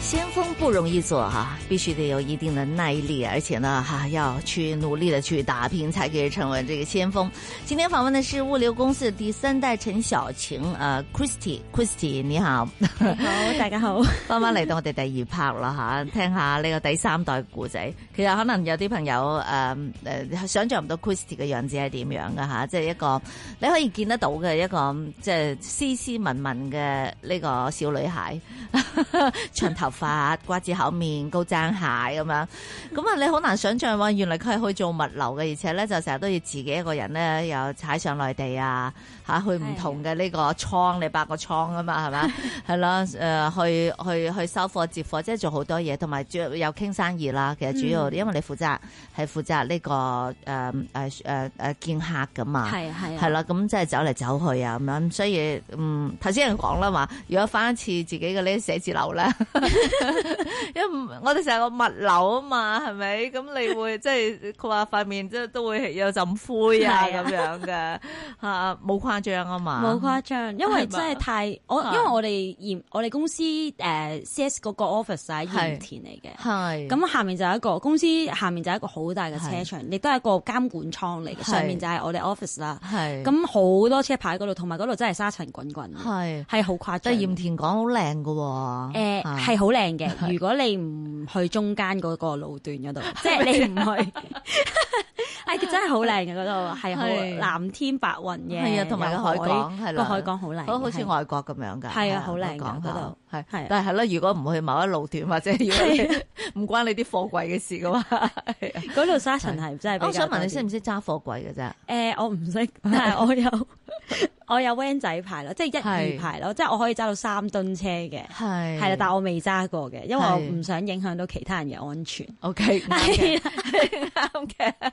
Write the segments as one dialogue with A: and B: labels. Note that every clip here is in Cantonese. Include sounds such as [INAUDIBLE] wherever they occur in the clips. A: 先锋不容易做哈、必须得有一定的耐力，而且呢哈、要去努力的去打拼，才可以成为这个先锋。今天访问的是物流公司的第三代陈小晴，呃，Christy，Christy 你好，
B: 好，大家好。
A: 翻翻嚟到我哋第二 part 啦吓，聽下呢個第三代故仔。其實可能有啲朋友诶诶、呃想象唔到 Christy 嘅樣子係點樣嘅吓，即係一個你可以見得到嘅一個即係斯斯文文嘅呢個小女孩， [LAUGHS] 長頭髮、瓜子口面、高踭鞋咁樣。咁啊，你好難想象話，原來佢係去做物流嘅，而且咧就成日都要自己一個人咧，又踩上內地啊，吓、去唔同嘅呢個倉，你八個倉啊嘛，係咪？係啦，誒、去去去收貨接貨，即係做好多嘢，同埋主要有傾生意啦。其實主要
B: 嗯
A: 因為你負責係負責呢、個誒誒誒誒見客噶嘛。
B: 係啊係啊
A: 係啦，咁即係走嚟走去啊，咁樣，所以嗯，頭先人講啦嘛，如果翻一次自己嘅呢啲 [LAUGHS] 寫字樓咧，因為我哋成日個物流啊嘛，係咪？咁你會即係佢話塊面即係都會有陣灰啊
B: 係
A: 咁
B: 啊
A: 樣嘅嚇，冇誇張啊嘛，
B: 冇誇張，因為真係太我，
A: 啊
B: 因為我哋鹽，我哋公司誒 CS 嗰個 office 喺
A: 係
B: 鹽田嚟嘅。
A: 係
B: 咁下面就有一個公司，下面就有一個好大嘅車場，亦都係一個監管倉嚟嘅。
A: 係
B: 上面就係我哋 office 啦。
A: 係
B: 咁好多車牌嗰度，同埋嗰度真係沙塵滾滾，
A: 係，
B: 係好誇張
A: 但係。鹽田港好
B: 誒
A: 靚嘅喎，
B: 係好靚
A: [LAUGHS]
B: 嘅，如果你唔去中間嗰個路段嗰度，即係你唔去， [LAUGHS] 係真係好靚嘅嗰度，係好
A: 係
B: 藍天白雲嘅，
A: 係啊同埋
B: 有
A: 個海港係啦
B: 個海港好靚，
A: 好好似
B: 係
A: 外國咁樣㗎，
B: 係啊好靚㗎
A: 講
B: 嗰度
A: 係
B: 係啊
A: 但係係咯，如果唔去某一路段或者如果你 [LAUGHS] 唔關你啲貨櫃嘅事嘅話，係啊
B: 嗰度沙塵係真係比較
A: 我哦想問你識唔
B: 多啲
A: 識揸貨櫃嘅啫？
B: 誒，我唔識，但
A: [LAUGHS]
B: 係我有我有 van 仔牌咯，即係一
A: 係
B: 二牌咯，即係我可以揸到三噸車嘅，
A: 係
B: 係啦，但我未揸過嘅，因為我
A: 係
B: 唔想影響到其他人嘅安全。 [LAUGHS]
A: OK 啱嘅
B: 係
A: 啱嘅，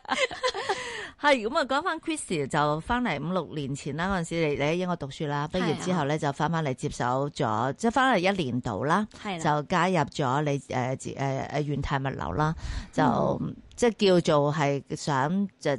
A: 係咁啊！講翻 Christy 就翻嚟五六年前啦，嗰陣時你你喺英國讀書啦，畢業之後咧就翻翻嚟接手咗，即係翻嚟一年度啦。
B: 係啦，
A: 就加入咗你誒自誒誒元泰物流啦，就、
B: 嗯
A: 即係叫做係想就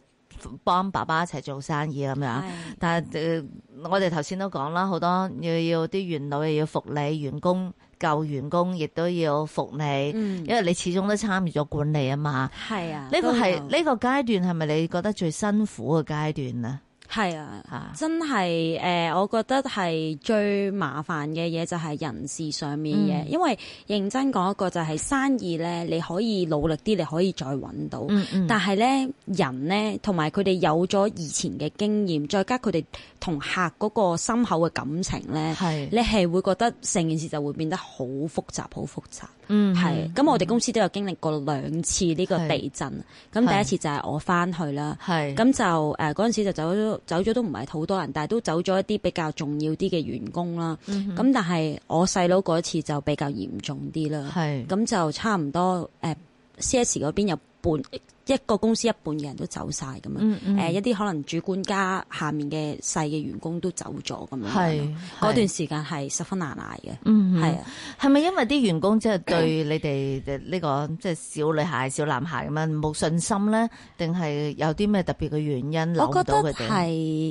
A: 幫爸爸一齊做生意咁
B: 係
A: 樣。但係、呃我哋頭先都講啦，好多要要啲元老又要服你，員工舊員工亦都要服你，
B: 嗯
A: 因為你始終都參與咗管理啊嘛。
B: 係啊，
A: 呢個
B: 都
A: 係
B: 有
A: 呢個階段係咪你覺得最辛苦嘅階段啊？
B: 係啊。
A: 嚇，
B: 真係誒、呃我覺得係最麻煩嘅嘢就係人事上面嘅，
A: 嗯
B: 因為認真講一個就係生意咧，你可以努力啲，你可以再揾到。
A: 嗯嗯，
B: 但係咧，人咧同埋佢哋有咗以前嘅經驗，再加佢哋同客嗰個深厚嘅感情咧，
A: 係
B: 你係會覺得成件事就會變得好複雜，好複雜。
A: 嗯
B: 係，咁我哋公司都有經歷過兩次呢個
A: 係
B: 地震。咁第一次就係我翻去啦，
A: 係
B: 咁就誒嗰陣時就走咗走咗都唔係好多人，但係都走咗一啲比較重要啲嘅員工啦。
A: 嗯
B: 咁、但係我細佬嗰次就比較嚴重啲啦。
A: 係
B: 咁就差唔多呃誒 CS 嗰邊有半一個公司一半嘅人都走晒咁樣。誒、呃
A: 嗯嗯
B: 一啲可能主管加下面嘅細嘅員工都走咗咁樣。
A: 係
B: 嗯嗰段時間係十分難捱嘅。
A: 嗯
B: 係啊，
A: 係咪因為啲員工即係 [CLEARS THROAT] 對你哋嘅呢個即係小女孩、小男孩咁樣冇信心咧？定係有啲咩特別嘅原因留
B: 我
A: 唔
B: 覺
A: 到
B: 得
A: 佢哋？
B: 係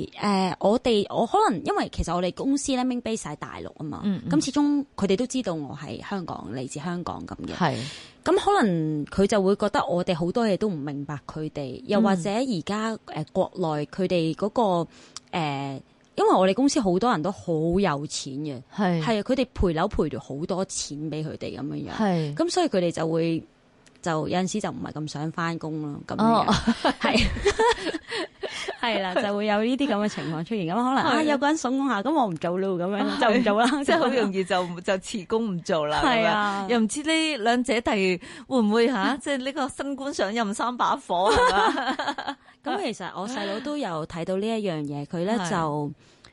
B: 誒、呃我哋我可能因為其實我哋公司咧 m i n base 喺大陸啊嘛，咁、
A: 嗯嗯
B: 始終佢哋都知道我係香港嚟自香港咁嘅，
A: 係
B: 咁可能佢就會覺得我哋好多嘢都唔明白佢哋，又或者
A: 嗯
B: 而家誒國內佢哋嗰個、呃因為我哋公司好多人都好有錢嘅，
A: 係
B: 係啊，佢哋賠樓賠咗好多錢俾佢哋咁樣樣，
A: 係
B: 咁所以佢哋就會就有陣時就唔係咁想翻工咯，咁
A: 哦
B: 樣
A: [LAUGHS]
B: 係係啦，就會有呢啲咁嘅情況出現。咁可能
A: 係
B: 啊，有個人慫恿下，咁我唔做咯，咁樣就唔做啦，
A: [LAUGHS] 即係好容
B: 易。
A: 易就就辭工唔做啦。
B: 係啊
A: 咁樣又唔知呢兩姐弟會唔會吓，即係啊呢個新官上任三把火係嘛？啊
B: 咁其實我細佬都有睇到呢一樣嘢，佢咧
A: 係
B: 就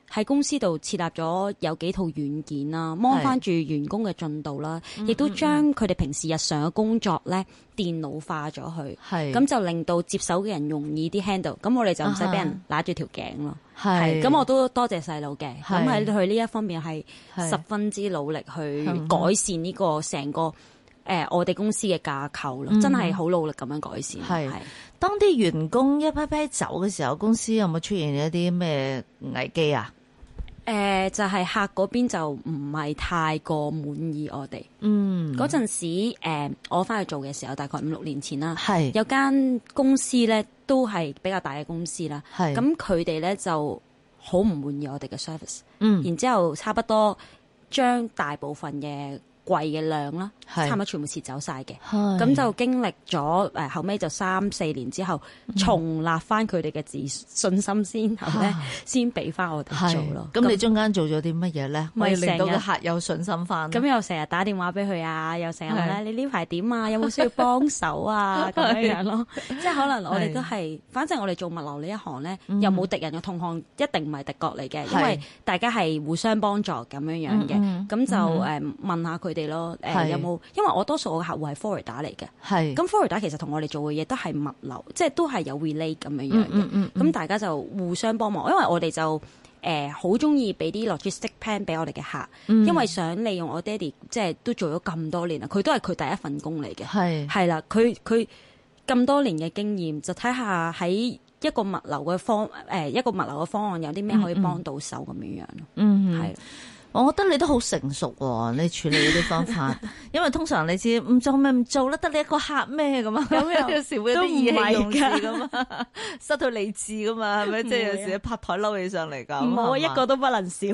B: 喺公司度設立咗有幾套軟件啦，幫翻住員工嘅進度啦，
A: 嗯
B: 亦都將佢哋平時日常嘅工作咧電腦化咗去，
A: [LAUGHS] 係
B: 咁就令到接手嘅人容易啲 handle，咁我哋就唔使俾人揦住條頸咯。係，
A: 啊係
B: 咁我都多謝細路嘅，咁喺
A: 係
B: 佢呢一方面係
A: 係
B: 十分之努力去
A: 嗯
B: 改善呢個成個誒我哋公司嘅架構咯，
A: 嗯
B: 真係好努力咁樣改善。
A: 係當啲員工一批批走嘅時候，公司有冇出現一啲咩危機啊？
B: 誒呃就係客嗰邊就唔係太過滿意我哋
A: 嗯
B: 嗰陣時，誒我翻去做嘅時候，大概五六年前啦，
A: 係
B: 有間公司咧都係比較大嘅公司啦，
A: 係
B: 咁佢哋咧就好唔滿意我哋嘅 service。
A: 嗯
B: 然之後差不多將大部分嘅櫃嘅量啦，
A: 係
B: 差唔多全部撤走晒嘅。
A: 係
B: 咁就經歷咗誒後尾就三四年之後，
A: 嗯
B: 重立翻佢哋嘅自信心先後咧，先俾翻我哋
A: 啊係
B: 做咯。
A: 咁你中間做咗啲乜嘢咧？
B: 咪
A: 可以令到
B: 成日
A: 個客有信心翻。
B: 咁又成日打電話俾佢啊，又成日問咧
A: 係
B: 你呢排點
A: [LAUGHS]
B: 啊，有冇需要幫手啊咁樣樣咯。即係可能我哋
A: 係
B: 都係，反正我哋做物流呢一行咧，
A: 嗯
B: 又冇敵人嘅同行，一定唔係敵國嚟嘅，因
A: 係
B: 為大家係互相幫助咁樣樣嘅。
A: 嗯嗯
B: 咁就
A: 嗯
B: 誒問下佢哋咯，誒
A: 係嗯
B: 有冇？因為我多數我嘅客戶係 Florida 嚟嘅，
A: 係
B: 咁 Florida 其實同我哋做嘅嘢都係物流，即係都係有 relate 咁樣樣
A: 嗯
B: 嘅。
A: 嗯嗯
B: 咁大家就互相幫忙，因為我哋就誒好中意俾啲 logistic plan 俾我哋嘅客，
A: 嗯
B: 因為想利用我爹哋，即係都做咗咁多年啦，佢都係佢第一份工嚟嘅，
A: 係
B: 係啦，佢佢咁多年嘅經驗，就睇下喺一個物流嘅方誒、一個物流嘅方案有啲咩可以幫到手咁樣樣咯，
A: 嗯
B: 係、
A: 我覺得你都好成熟喎，你處理嗰啲方法，
B: [LAUGHS]
A: 因為通常你知唔做咪唔做啦，得你一個客咩咁啊？
B: 咁又
A: [LAUGHS] 有時會有啲意氣用事
B: 都
A: 咁啊， [LAUGHS] 失去理智噶嘛，係咪？即係有時拍台嬲起上嚟咁，
B: 啊唔好啊，
A: 係
B: 一
A: 嘛
B: 個都不能
A: [LAUGHS]
B: 少。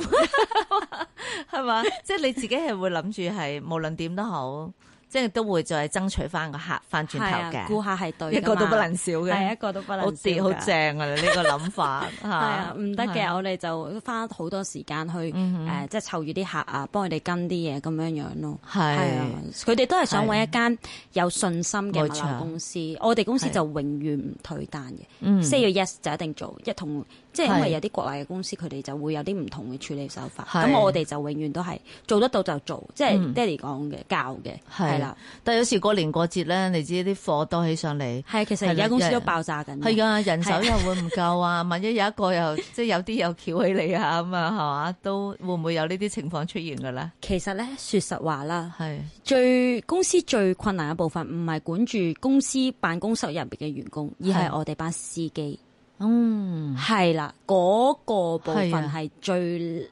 A: 係嘛？即係你自己係會諗住係無論點都好，即係都會再爭取翻個客翻轉頭
B: 顧
A: 嘅，
B: 客係對㗎嘛，
A: 一個都不能少
B: 係一
A: 嘅，
B: 個都不能
A: 好
B: 少㗎
A: 啲好正啊！你呢個諗法
B: [LAUGHS]
A: 係
B: 係啊，唔得嘅，
A: 係
B: 我哋就花好多時間去誒、
A: 嗯
B: 呃即係湊住啲客啊，幫佢哋跟啲嘢咁樣樣咯。
A: 係
B: 係啊，佢哋都係想揾一間有信心嘅物
A: 冇錯
B: 流公司。我哋公司
A: 係
B: 就永遠唔退單嘅
A: 嗯
B: ，say 咗 yes 就一定做，一同即係因
A: 係
B: 為有啲國內嘅公司佢哋就會有啲唔同嘅處理手法。
A: 係
B: 咁我哋就永遠都係做得到就做，即
A: 嗯
B: 係爹哋講嘅教嘅
A: 係
B: 係啦。
A: 但係有時過年過節咧，你知啲貨多起上嚟。
B: 係其實而家公司
A: 係
B: 都
A: 啦
B: 爆炸緊嘅。
A: 係啊，人手
B: 係
A: 又會唔夠啊？萬一有一
B: [LAUGHS]
A: 個又即係有啲又翹起你啊咁啊，係嘛？都會唔會有呢啲情況出現㗎咧？
B: 其實咧，說實話啦。
A: 係
B: 最公司最困難嘅部分唔係管住公司辦公室入邊嘅員工，而係
A: 係
B: 我哋班司機。
A: 嗯
B: 係啦，嗰、個部分
A: 係啊
B: 係最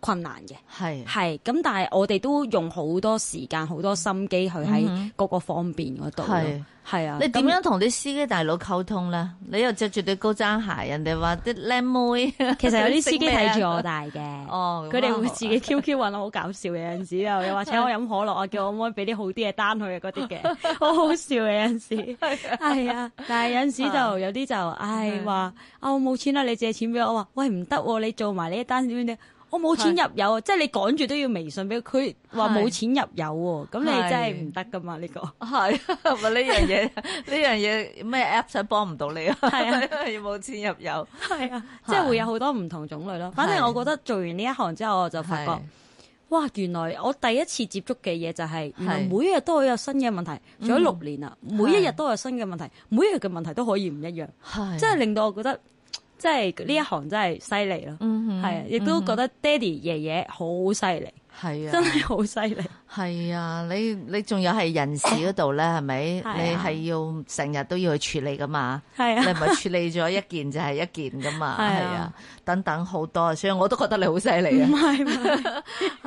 B: 困難嘅。
A: 係
B: 係咁，但係我哋都用好多時間、好多心機去
A: 嗯
B: 喺嗰個方面嗰度咯。
A: 係
B: 係啊，
A: 你點
B: 咁
A: 樣同啲司機大佬溝通咧？你又着住對高踭鞋，人哋話啲靚妹，
B: 其實有啲司機睇住
A: 識咩啊
B: 我大嘅，
A: [LAUGHS] 哦咁
B: 佢哋
A: 啊
B: 會自己 [LAUGHS] QQ 揾我，好搞笑嘅有陣時又又話請我飲可樂啊，叫我可唔可以俾啲好啲嘅單佢啊嗰啲
A: [LAUGHS]
B: 嘅，好好笑嘅有陣時。係啊，但係有陣時
A: 啊
B: 就有啲就唉
A: 係
B: 話啊我冇錢啦，你借錢俾我，我話喂唔得喎，你做埋呢一單點點點。我冇錢入油啊，即係你趕住都要微信俾佢，佢話
A: 係
B: 冇錢入油喎，咁你
A: 係
B: 真係唔得噶嘛呢個。
A: [LAUGHS] 係咪呢樣
B: [LAUGHS]
A: 嘢？呢樣嘢咩 app 想幫唔到你啊？
B: 係啊
A: [LAUGHS] 因為冇錢入油，
B: 係啊，即係會有好多唔同種類咯。反正我覺得做完呢一行之後，我就發覺
A: 係。
B: 哇！原來我第一次接觸嘅嘢就係、嗯原來
A: 係
B: 每一日都會有新嘅問題，做咗六年啦，每一日都有新嘅問題，每一日嘅問題都可以唔一樣，
A: 係
B: 即係令到我覺得，即係呢一行真係犀利咯，
A: 嗯哼
B: 係啊，亦都覺得爹哋爺爺好犀利，
A: 係啊，
B: 真係好犀 [LAUGHS] 利，
A: 係啊，你你仲有係人事嗰度咧，係咪？
B: 係啊
A: 你係要成日都要去處理噶嘛？
B: 係
A: 你
B: 啊，
A: 唔係處理咗一件就係一件噶嘛？
B: 係啊
A: 係啊，等等好多，所以我都覺得你好犀利
B: 唔
A: 啊！
B: 係唔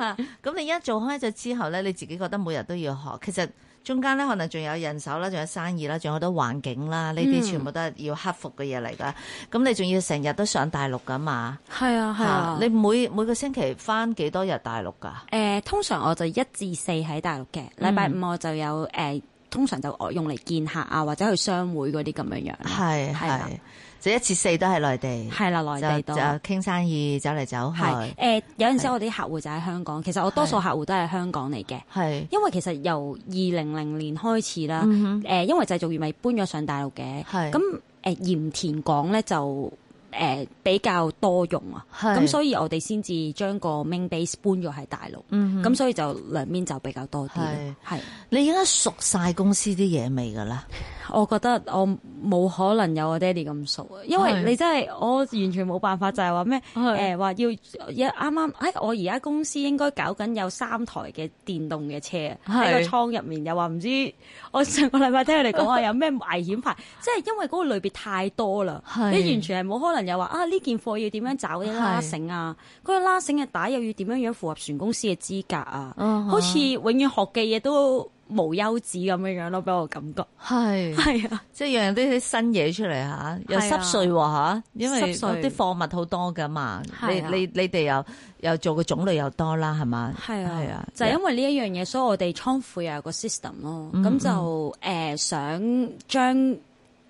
B: 係，
A: 咁你一做開咗之後咧，你自己覺得每日都要學，其實中間咧可能仲有人手啦，仲有生意啦，仲有好多環境啦，
B: 嗯
A: 呢啲全部都係要克服嘅嘢嚟噶。咁你仲要成日都上大陸噶嘛？
B: 係啊係啊
A: 嚇，你每每個星期翻幾多日大陸㗎？
B: 誒、通常我就一至四喺大陸嘅，禮拜五我就有誒、通常就我用嚟見客啊，或者去商會嗰啲咁樣樣咯，
A: 係
B: 係啦
A: 係，就一至四都喺內地。
B: 係啦，內地都
A: 就就。傾生意走嚟走去，
B: 係誒、有陣時我啲客戶就喺香港，其實我多數客戶都係香港嚟嘅，
A: 係
B: 因為其實由二零零年開始啦，誒、
A: 嗯哼
B: 因為製造業咪搬咗上大陸嘅，
A: 係
B: 咁誒鹽田港咧就誒、比較多多用啊，
A: 係
B: 咁所以我哋先至將個 main base 搬咗喺大陸，咁、
A: 嗯哼
B: 所以就兩邊就比較多啲
A: 係
B: 咯，係。
A: 你而家熟晒公司啲嘢未㗎啦？
B: 我覺得我冇可能有我爹哋咁熟啊，因為
A: 係
B: 你真係我完全冇辦法就係話咩
A: 係
B: 誒話要一啱啱誒我而家公司應該搞緊有三台嘅電動嘅車啊
A: 係
B: 喺個倉入面，又話唔知我上個禮拜聽佢哋講話有咩危險
A: [LAUGHS]
B: 牌，即係因為嗰個類別太多啦，
A: 係
B: 你完全係冇可能又話啊呢件貨要點樣找啲拉
A: 係
B: 繩啊，嗰個拉繩嘅帶又要點樣樣符合船公司嘅資格啊，
A: 嗯哼
B: 好似永遠學嘅嘢都無休止咁樣樣咯，俾我感覺。
A: 係
B: 系啊，
A: 即係樣樣都啲新嘢出嚟吓，又
B: 係啊
A: 濕碎喎吓，因為
B: 濕碎
A: 嗰啲貨物好多噶嘛。你
B: 係啊
A: 你你哋又又做嘅種類又多啦，係嘛？
B: 係啊，
A: 係啊，
B: 就係因為呢一樣嘢，所以我哋倉庫又有個 system 咯，
A: 嗯
B: 咁就誒想將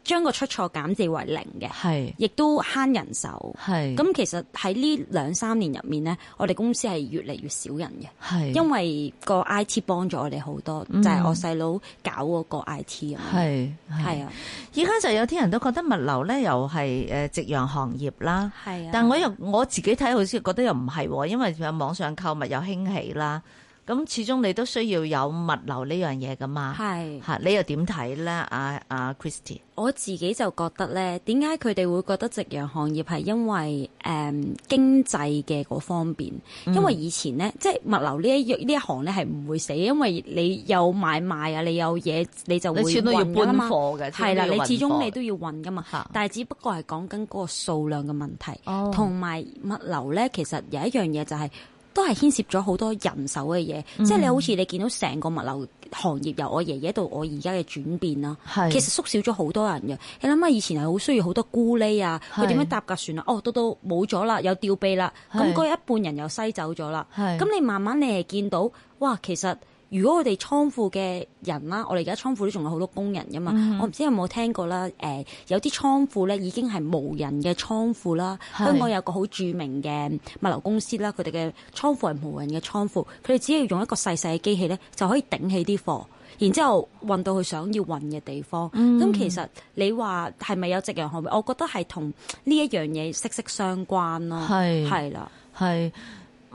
B: 將個出錯減至為零嘅，
A: 係
B: 亦都慳人手。
A: 係
B: 咁其實喺呢兩三年入面咧，我哋公司係越嚟越少人嘅，
A: 係
B: 因為個 I T 幫咗我哋好多，
A: 嗯
B: 就係我細佬搞嗰個 I T 啊，
A: 係
B: 係。啊，
A: 而家就有啲人都覺得物流咧又係誒夕陽行業啦。
B: 係啊，
A: 但我又我自己睇好似覺得又唔係喎，因為有網上購物又興起啦。咁始終你都需要有物流呢樣嘢噶嘛。
B: 係。
A: 嚇，你又點睇咧？阿阿 Christy
B: 我自己就覺得咧，點解佢哋會覺得夕陽行業係因為誒、嗯、經濟嘅嗰方面，
A: 嗯
B: 因為以前咧，即係物流呢一呢一行咧係唔會死，因為你有買賣啊，你有嘢你就會
A: 你始終要
B: 運㗎啦
A: 搬啊
B: 嘛，
A: 貨嘅，
B: 係啦，
A: 始終都
B: 你始終
A: 要運貨
B: 你
A: 嘅
B: 都要運噶嘛
A: 嚇，
B: 但係只不過係講緊嗰個數量嘅問題，
A: 哦
B: 同埋、物流咧，其實有一樣嘢就係、都係牽涉咗好多人手嘅嘢，
A: 嗯
B: 即係你好似你見到成個物流行業由我爺爺到我而家嘅啊轉變啦，
A: 係
B: 其實縮少咗好多人嘅。你諗下，以前係好需要好多咕喱啊，
A: 係
B: 佢點樣搭架船啊？哦，到到冇咗啦，有吊臂啦，咁
A: 係
B: 嗰一半人又西走咗啦。
A: 係
B: 咁你慢慢你係見到，哇，其實如果我哋倉庫嘅人啦，我哋而家倉庫都仲有好多工人噶嘛，
A: 嗯
B: 我唔知有冇聽過啦。誒、有啲倉庫咧已經係無人嘅倉庫啦。
A: 係
B: 香港有個好著名嘅物流公司啦，佢哋嘅倉庫係無人嘅倉庫，佢哋只要用一個細細嘅機器咧，就可以頂起啲貨。然之後運到佢想要運嘅地方，咁、
A: 嗯
B: 其實你話係咪有夕陽行業？我覺得係同呢一樣嘢息息相關咯，
A: 係
B: 係啦，
A: 係。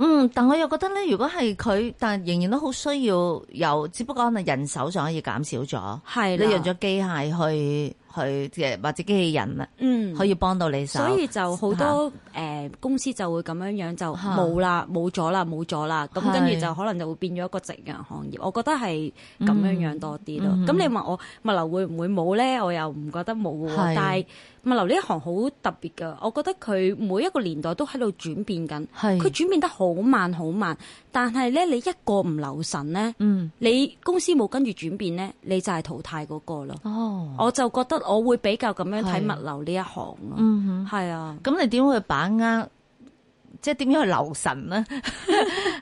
A: 嗯，但我又覺得咧，如果係佢，但係仍然都好需要有，只不過可能人手上可以減少咗，
B: 係啦
A: 你用咗機械去去嘅或者機器人啊，
B: 嗯
A: 可以幫到你手。
B: 所以就好多誒、呃公司就會咁樣樣就
A: 嚇
B: 冇啦，冇咗啦，冇咗啦，咁
A: 係
B: 跟住就可能就會變咗一個夕陽行業。我覺得係咁樣樣多啲咯。
A: 嗯嗯
B: 咁、你問我物流會唔會冇咧？我又唔覺得冇嘅
A: 係
B: 喎。但係物流呢一行好特別㗎，我覺得佢每一個年代都喺度轉變緊，
A: 係
B: 佢轉變得好慢好慢。但係咧，你一個唔留神咧，
A: 嗯，
B: 你公司冇跟住轉變咧，你就係淘汰嗰個咯。
A: 哦，
B: 我就覺得我會比較咁樣睇
A: 係
B: 物流呢一行咯。
A: 嗯哼。
B: 係啊，
A: 咁你點去把握？即係點樣去留神呢？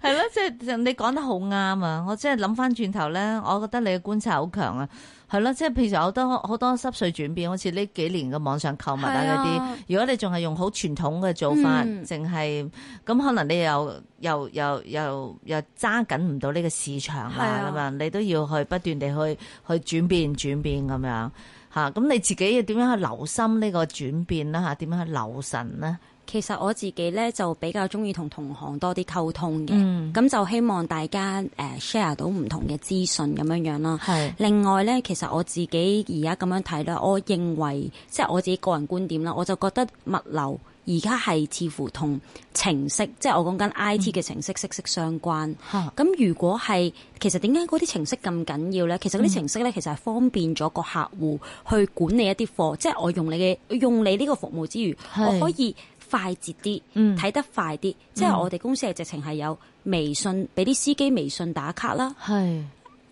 A: 係咯，即係你講得好啱啊！我真係諗翻轉頭咧，我覺得你嘅觀察好強啊！係咯，即係譬如好多好多濕碎轉變，好似呢幾年嘅網上購物啊
B: 係
A: 嗰啲
B: 啊，
A: 如果你仲係用好傳統嘅做法，
B: 嗯
A: 淨係咁可能你又又又又又揸緊唔到呢個市場
B: 係
A: 啦
B: 啊
A: 咁啊，你都要去不斷地去去轉變轉變咁樣嚇。咁你自己要點樣去留心呢個轉變啦嚇？點樣去留神呢？
B: 其實我自己咧就比較中意同同行多啲溝通嘅，
A: 嗯
B: 咁、就希望大家誒、呃 share 到唔同嘅資訊咁樣樣啦。
A: 係
B: 另外咧，其實我自己而家咁樣睇啦，我認為即係我自己個人觀點啦，我就覺得物流而家係似乎同程式，即係我講緊 I T 嘅程式息息相關。
A: 嚇
B: 咁如果係其實點解嗰啲程式咁緊要咧？其
A: 嗯
B: 實嗰啲程式咧，其實係方便咗個客戶去管理一啲貨，即係我用你嘅用你呢個服務之餘，
A: 係
B: 我可以快捷啲，
A: 嗯
B: 睇得快啲。即係我哋公司係直情係有微信俾啲司機微信打卡啦，
A: 係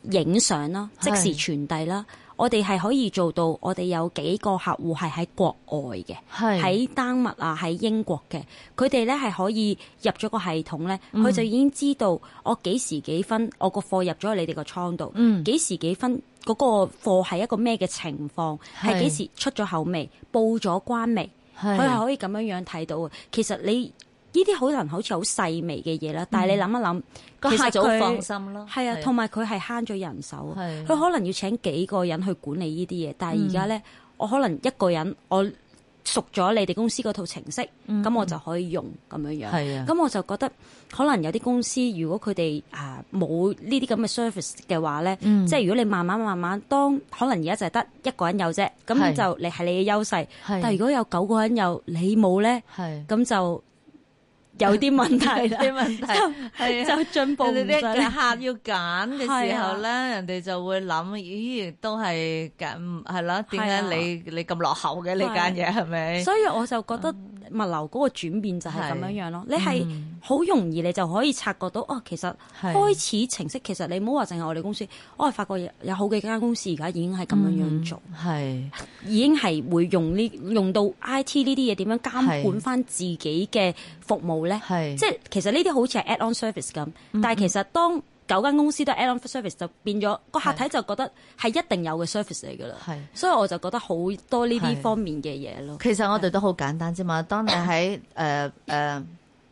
B: 影相啦，即
A: 係
B: 時傳遞啦。我哋係可以做到，我哋有幾個客戶係喺國外嘅。
A: 係
B: 喺丹麥啊，喺英國嘅，佢哋咧係可以入咗個系統咧，
A: 嗯
B: 佢就已經知道我幾時幾分，我個貨入咗去你哋個倉度，
A: 嗯
B: 幾時幾分嗰、個貨係一個咩嘅情況，係
A: 係
B: 幾時出咗口未，報咗關未，佢係可以咁樣樣睇到嘅。其實你呢啲可能好似好細微嘅嘢啦，但係你諗一諗，
A: 嗯個
B: 其
A: 客
B: 實
A: 就好
B: 佢
A: 放心咯。
B: 係啊，同埋佢係慳咗人手啊，
A: 係
B: 佢
A: 嗯
B: 可能要請幾個人去管理呢啲嘢，但係而家咧，我可能一個人我熟咗你哋公司嗰套程式，咁、
A: 嗯
B: 我就可以用咁樣樣。
A: 係啊
B: 咁我就覺得可能有啲公司如果佢哋啊冇呢啲咁嘅 service 嘅話咧，
A: 嗯
B: 即係如果你慢慢慢慢，當可能而家就係得一個人有啫，
A: 係
B: 咁就你係你嘅優勢。
A: 係
B: 但係如果有九個人有，你冇咧，
A: 係
B: 咁就有啲問題
A: 啲
B: 啦，
A: 問題係啊
B: [LAUGHS] 就進步唔
A: 人哋啲
B: 上。啊
A: 客要揀嘅時候咧，人哋就會諗，咦，都係揀係啦，點解
B: 係啊
A: 你你咁落後嘅呢
B: 係啊
A: 間嘢係咪？
B: 所以我就覺得物流嗰個轉變就係咁樣樣咯。你係
A: 嗯
B: 好容易你就可以察覺到，哦，其實
A: 係
B: 開始程式其實你唔好話淨係我哋公司，我係發覺有有好幾間公司而家已經係咁樣
A: 嗯
B: 樣做，
A: 係
B: 已經係會用呢用到 I T 呢啲嘢點樣監管翻自己嘅服務咧。
A: 係
B: 即係其實呢啲好似係 add on service 咁，
A: 嗯
B: 但係其實當九間公司都係 add on service 就變咗個客體就覺得係一定有嘅 service 嚟㗎啦。
A: 係。
B: 所以我就覺得好多呢
A: 係
B: 啲方面嘅嘢咯。
A: 其實我哋都好簡單啫嘛。當你
B: 啊
A: 喺誒誒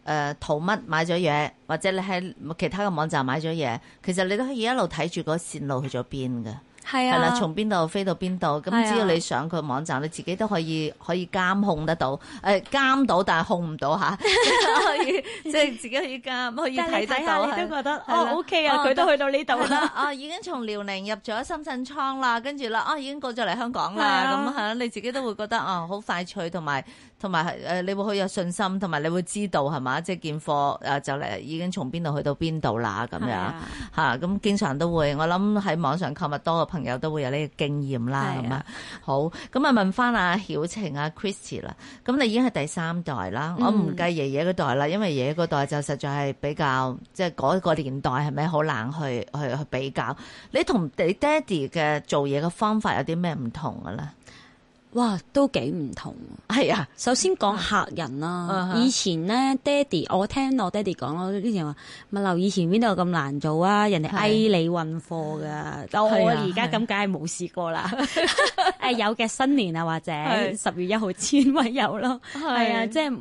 A: 誒淘乜買咗嘢，或者你喺其他嘅網站買咗嘢，其實你都可以一路睇住嗰線路去咗邊嘅，
B: 係
A: 係啦，從邊度飛到邊度。
B: 係
A: 咁
B: 啊
A: 只要你上佢網站，你自己都可以可以監控得到，誒、監到但係控唔
B: [LAUGHS]
A: 到嚇，可以即係自己可以監，可以
B: 但係
A: 睇
B: 你
A: 得
B: 睇
A: 到。
B: 下，你
A: 係
B: 都覺得
A: 係啦
B: 哦 OK 啊，
A: 哦
B: 佢都去到呢度
A: 係
B: 啦。
A: 啦，啊已經從遼寧入咗深圳倉啦，跟住啦，啊已經過咗嚟香港
B: 係
A: 啦，
B: 啊
A: 咁嚇你自己都會覺得啊好快脆，同埋同埋係誒你會好有信心，同埋你會知道係嘛，即係件貨誒就嚟已經從邊度去到邊度啦咁
B: 係
A: 樣
B: 啊
A: 嚇，咁經常都會，我諗喺網上購物多嘅朋友都會有呢個經驗啦
B: 係啊
A: 咁啊。好，咁啊問翻阿曉晴啊 Christy 啦，咁你已經係第三代啦，
B: 嗯
A: 我唔計爺爺嗰代啦，因為爺爺嗰代就實在係比較即係嗰個年代係咪好難去去去比較？你同你爹哋嘅做嘢嘅方法有啲咩唔同啊嘅咧？
B: 哇，都幾唔同啊。
A: 係啊，
B: 首先講客人
A: 嗯
B: 啦，
A: 哼
B: 以前咧爹哋，我聽我爹哋講咯，之前話物流以前邊度有咁難做啊，人哋
A: 係
B: 嗌你運貨噶，但我
A: 係啊
B: 而家咁梗係冇試過
A: [LAUGHS]
B: 啦。誒有嘅新年啊，或者
A: 係
B: 十月一號先咪有咯，係啊，
A: 係
B: 即係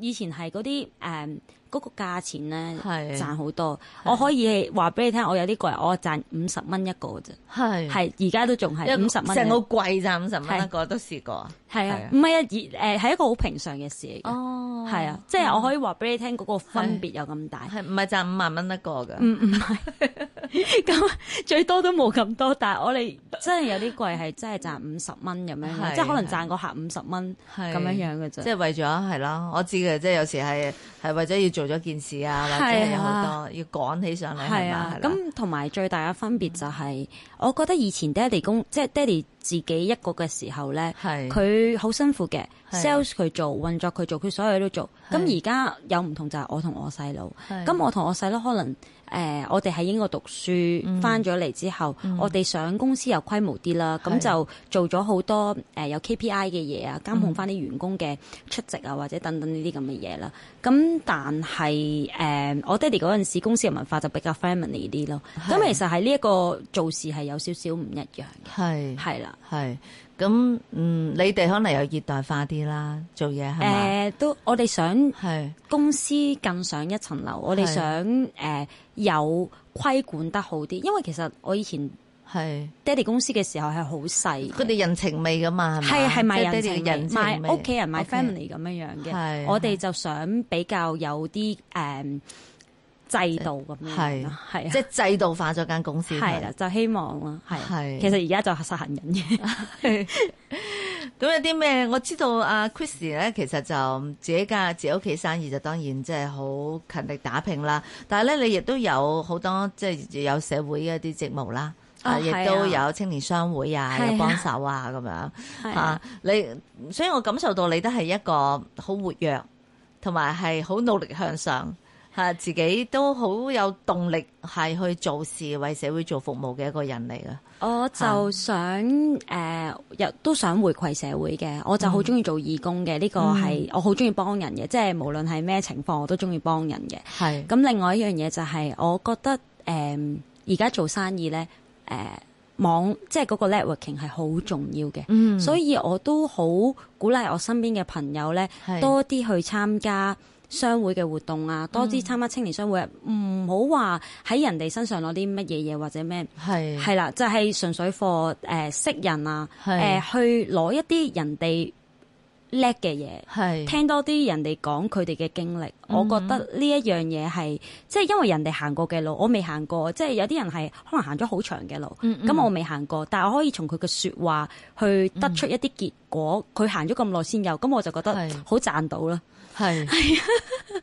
B: 以前係嗰啲誒嗰個價錢咧
A: 係
B: 賺好多，我可以話俾你聽，我有啲個人我賺五十蚊一個啫，
A: 係
B: 係而家都仲係
A: 因為
B: 五十蚊
A: 成
B: 一
A: 個
B: 個，
A: 貴咋五十蚊
B: 係
A: 一個都試過啊。
B: 係
A: 係啊
B: 啊，唔係啊，而誒係一個好平常嘅事嚟嘅。
A: 哦
B: 係啊，，即係我可以話俾你聽嗰個分別有咁大，
A: 係唔係賺五萬蚊一個㗎？
B: 唔唔係 [LAUGHS] 咁最多都冇咁多，但係我哋真係有啲櫃係真係賺五十蚊咁
A: 係
B: 樣，即係可能賺個客五十蚊
A: 係
B: 咁樣樣嘅啫
A: 即。係為咗係咯，我知嘅，即係有時係係為咗要做咗件事啊，或者
B: 係啊
A: 係有好多要趕起上嚟係
B: 係
A: 嘛
B: 啊，，
A: 係啦
B: 咁同埋最大嘅分別就係，我覺得以前爹哋公即係爹哋自己一個嘅時候咧，
A: 係
B: 佢好辛苦嘅
A: 係
B: ，sales 佢做，運作佢做，佢所有嘢都做。
A: 係
B: 咁而家有唔同就係我同我細佬，
A: 係
B: 咁我同我細佬可能誒、呃我哋喺英國讀
A: 嗯
B: 書，翻咗嚟之後，我哋想公司有規模啲啦，咁
A: 係
B: 就做咗好多誒、呃有 KPI 嘅嘢啊，
A: 嗯
B: 監控翻啲員工嘅出席啊，或者等等呢啲咁嘅嘢啦。咁但係誒、呃我爹哋嗰陣時公司嘅文化就比較 family 啲咯。咁其實喺呢一個做事係有少少唔一樣嘅，
A: 係
B: 係啦。
A: 係咁嗯，你哋可能又現代化啲啦，做嘢係
B: 誒、
A: 嘛？
B: 都我哋想
A: 係
B: 公司更上一層樓，我哋
A: 係
B: 想誒、呃有規管得好啲，因為其實我以前。
A: 係
B: 爹哋公司嘅時候係好細嘅，
A: 佢哋人情味㗎嘛，係
B: 係
A: 嘛
B: 係賣
A: 即係
B: 人
A: 爹哋
B: 情
A: 嘅
B: 味，
A: 人情味
B: 賣屋企人賣
A: OK
B: family 咁樣樣
A: 係
B: 嘅，我哋就想比較有啲誒制度咁樣
A: 係
B: 樣咯，係啊
A: 即係制度化咗間公司佢
B: 係啦，就希望啦，係啊
A: 係
B: 其實而家就實行緊嘅，
A: 咁有啲咩？我知道阿 Chris 咧，其實就嗯自己家自己屋企生意就當然即係好勤力打拼啦。但係咧，你亦都有好多即係有社會嘅一啲職務啦，
B: 哦
A: 啊，亦
B: 係啊
A: 都有青年商會啊，
B: 係啊
A: 有幫手啊咁樣
B: 係啊
A: 啊。你所以我感受到你都係一個好活躍，同埋係好努力向上。吓自己都好有動力，係去做事為社會做服務嘅一個人嚟嘅。
B: [LAUGHS] 我就想誒，又都想回饋社會嘅，我
A: 嗯
B: 就好中意做義工嘅，呢個係我好中意幫人嘅，即係無論係咩情況，我都中意幫人嘅。
A: 係
B: 咁另外一樣嘢就係，我覺得誒而家做生意咧，誒、網即係嗰個 networking 係好重要嘅，
A: 嗯
B: 所以我都好鼓勵我身邊嘅朋友咧
A: 係，嗯
B: 多啲去參加。商會嘅活動啊，多啲參加青年商會啊，唔好話喺人哋身上攞啲乜嘢嘢或者咩，
A: 係
B: 係啦，就
A: 呃
B: 係、純粹 for 誒、識人啊，誒、
A: 係
B: 去攞一啲人哋叻嘅嘢。
A: 係
B: 聽多啲人哋講佢哋嘅經歷，我覺得呢一樣嘢係，即係因為人哋行過嘅路，我未行過，即係有啲人係可能行咗好長嘅路，咁、
A: 嗯嗯
B: 我未行過，但我可以從佢嘅説話去得出一啲結果，佢行咗咁耐先有，咁我就覺得
A: 係
B: 好賺到啦。
A: 係係啊 [LAUGHS]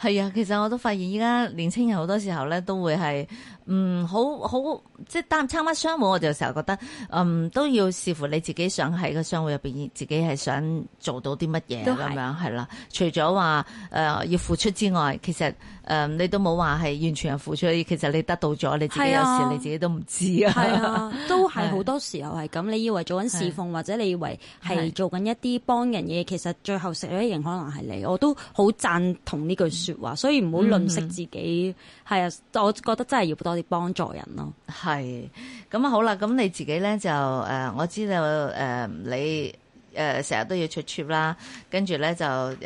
A: 係啊，其實我都發現依家年青人好多時候咧都會係嗯好好即係參參加商會，我就成日覺得嗯都要視乎你自己想喺個商會入邊，自己係想做到啲乜嘢
B: 都
A: 咁
B: 係
A: 樣係啦。除咗話誒要付出之外，其實誒、呃你都冇話係完全係付出，其實你得到咗，你自己
B: 係
A: 有
B: 啊
A: 時你自己都唔知啊。
B: 係 [LAUGHS] 啊，都係
A: 係
B: 好多時候係咁。你以為做緊侍奉，或者你以為係
A: 係
B: 做緊一啲幫人嘢，其實最後食咗一型可能係你。我都好贊同呢句説話，所以唔好吝惜自己。係啊、我覺得真係要多啲幫助人咯。
A: 係，咁啊好啦，咁你自己咧就誒、呃我知道誒、呃你誒成日都要出 trip 啦，跟住咧就誒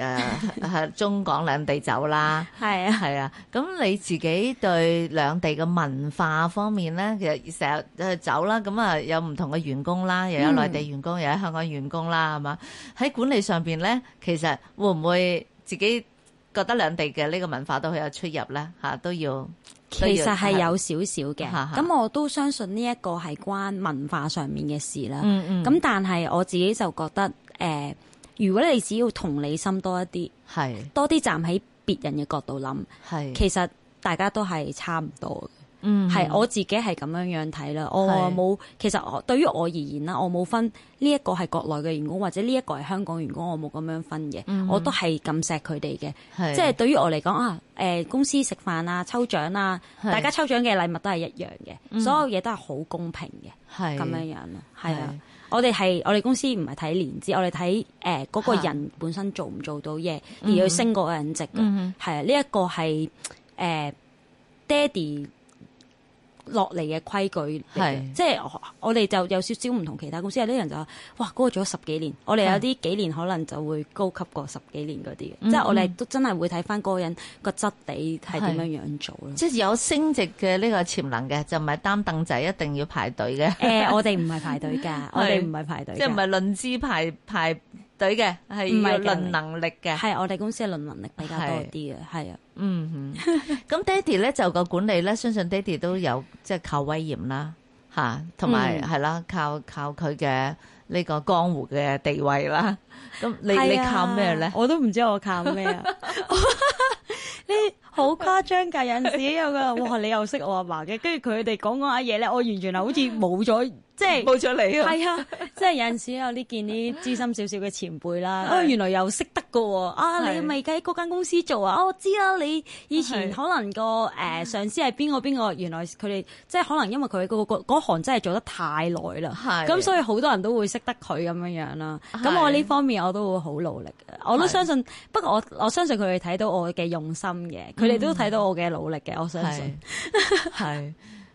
A: 係中港兩地走啦，
B: 係啊，
A: 係啊，咁你自己對兩地嘅文化方面咧，其實成日誒走啦，咁啊有唔同嘅員工啦，又有
B: 嗯
A: 內地員工，又有香港員工啦，係嘛？喺管理上邊咧，其實會唔會自己覺得兩地嘅呢個文化都好有出入咧？嚇、都要
B: 其實係有少少嘅。
A: 哈哈
B: 咁我都相信呢一個係關文化上面嘅事啦。
A: 嗯嗯
B: 咁但係我自己就覺得誒、呃如果你只要同理心多一啲，
A: 係
B: 多啲站喺別人嘅角度諗，
A: 係。
B: 其實大家都係差唔多嘅。
A: 嗯，
B: 係我自己係咁樣樣睇啦，我
A: 係
B: 冇其實我對於我而言啦，我冇分呢一個係國內嘅員工或者呢一個係香港員工，我冇咁樣分嘅，
A: 嗯
B: 我都係咁錫佢哋嘅，
A: 係
B: 即係對於我嚟講啊，誒、公司食飯啊、抽獎啊，
A: 係
B: 大家抽獎嘅禮物都係一樣嘅，所有嘢都係好公平嘅
A: 係
B: 咁樣樣咯，係啊
A: 係。
B: 我哋係我哋公司唔係睇年資，我哋睇誒嗰個人本身做唔做到嘢，而去升嗰個人職嘅。
A: 嗯
B: 係啊，呢、一個係誒、呃爹哋落嚟嘅規矩嚟嘅，
A: 係
B: 即係我我哋就有少少唔同其他公司，有啲人就話：哇，嗰、個做咗十幾年，我哋有啲幾年可能就會高級過十幾年嗰啲嘅，即係我哋都真係會睇翻嗰個人個質地係點樣樣做咯。
A: 即係有升值嘅呢個潛能嘅，就唔係擔凳仔一定要排隊嘅，
B: 誒、我哋唔係排隊㗎，我哋唔係排隊㗎，
A: [LAUGHS] 即係唔係論資排排隊嘅，係
B: 唔係
A: 要
B: 嘅
A: 論能力嘅。
B: 係我哋公司嘅論能力比較多
A: 係
B: 啲嘅，係啊。
A: 嗯
B: [LAUGHS]
A: 哼，咁爹哋咧就個管理咧，相信爹哋都有即係靠威嚴啦，吓，同埋
B: 嗯
A: 係啦，靠靠佢嘅呢個江湖嘅地位啦。咁你你
B: 係啊
A: 靠咩咧？
B: 我都唔知我靠咩
A: [LAUGHS]
B: 啊！你好誇張㗎，有陣時有個哇，你又識我阿嫲嘅，跟住佢哋講講下嘢咧，我完全係好似冇咗，即係
A: 冇咗你啊！
B: 係啊，即係有陣時有啲見啲資深少少嘅前輩啦，
A: 係
B: 哦，原來又識得㗎喎，啊，
A: 係
B: 你咪喺嗰間公司做啊，哦我知啦，你以前
A: 係
B: 可能個誒、呃上司係邊個邊個，原來佢哋即係可能因為佢嗰、個嗰行真係做得太耐啦。
A: 係
B: 咁所以好多人都會識得佢咁樣樣啦。
A: 係
B: 咁我呢方面我都會好努力嘅，我都
A: 係
B: 相信。不過我我相信佢哋睇到我嘅用心嘅，佢哋都睇到我嘅努力嘅，我相信。
A: [LAUGHS] 係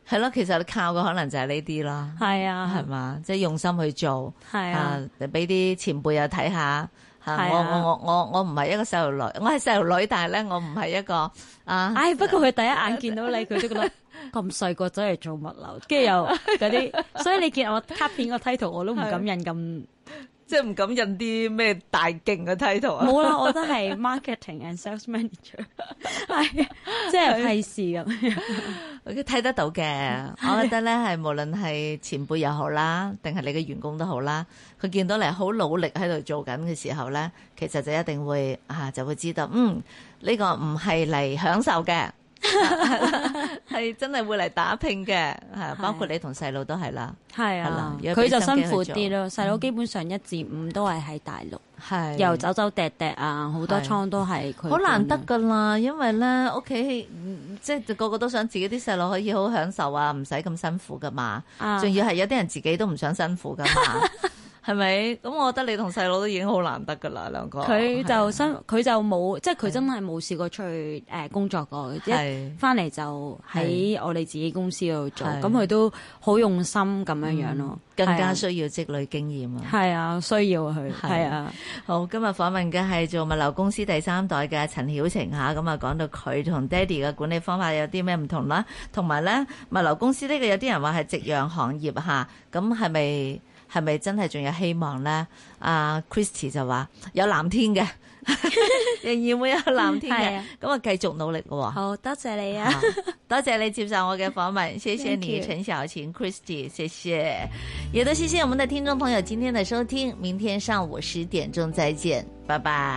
A: 係咯，其實你靠嘅可能就係呢啲啦。
B: 係啊
A: 係，嘛，即係用心去做，
B: 係啊，，
A: 俾啲前輩又睇下。
B: 係
A: 吓，我
B: 啊
A: 我我我我唔係一個細路女，我係細路女，但係咧我唔係一個啊，
B: 唉，不過佢第一眼見到你，佢都覺 [LAUGHS] 得咁細個走嚟做物流，跟住又嗰啲， [LAUGHS] 所以你見我卡片個 title 我都唔敢印 [LAUGHS] 咁，
A: 即係唔敢印啲咩大勁嘅 title 啊。
B: 冇啦，我都係 marketing and sales manager，係啊 [LAUGHS] 即係費事咁樣。
A: 睇得 [LAUGHS] 到嘅，我覺得咧係無論係前輩又好啦，定係你嘅員工都好啦，佢見到你好努力喺度做緊嘅時候咧，其實就一定會啊就會知道，嗯呢、個唔係嚟享受嘅， [LAUGHS] 係真係會嚟打拼嘅，係包括你同細路都係啦，
B: 係
A: 係啦
B: 啊，
A: 如果
B: 佢
A: 俾
B: 就
A: 心機
B: 辛苦
A: 去
B: 啲咯。細佬基本上一至五都係喺大陸，
A: 係
B: 又走走趯趯啊，好多
A: 係
B: 倉都係佢。
A: 好難得，噶啦，因為咧屋企嗯即係個個都想自己啲細路可以好享受啊，唔使咁辛苦噶嘛。
B: 啊
A: 仲要係有啲人自己都唔想辛苦
B: [LAUGHS]
A: 噶嘛，係咪？咁我覺得你同細佬都已經好難得噶啦，兩個。
B: 佢就
A: 係
B: 辛，佢就冇，即係佢真係冇試過出去誒工作過，一
A: 係
B: 翻嚟就喺我哋自己公司度做，
A: 係嗯
B: 咁佢都好用心咁樣樣咯，
A: 更加
B: 係啊
A: 需要積累經驗啊！
B: 係啊，需要佢
A: 係
B: 係啊，
A: 好，今日訪問嘅係做物流公司第三代嘅陳曉晴吓，咁啊講到佢同爹哋嘅管理方法有啲咩唔同啦，同埋咧物流公司呢個有啲人話係夕陽行業吓，咁係咪係咪真係仲有希望咧？啊 Christy 就話有藍
B: [LAUGHS]
A: 天嘅，仍然會有藍天
B: 係
A: 嘅
B: 啊，
A: 咁啊繼續努力嘅喎。
B: 好多謝你啊！
A: 好， [LAUGHS] 多谢你接受我嘅访
B: [LAUGHS]
A: 问，谢谢
B: Thank
A: 你，
B: you
A: 陈小琴 Christy，谢谢，也都谢谢我们的听众朋友今天的收听，明天上午十点钟再见，拜拜。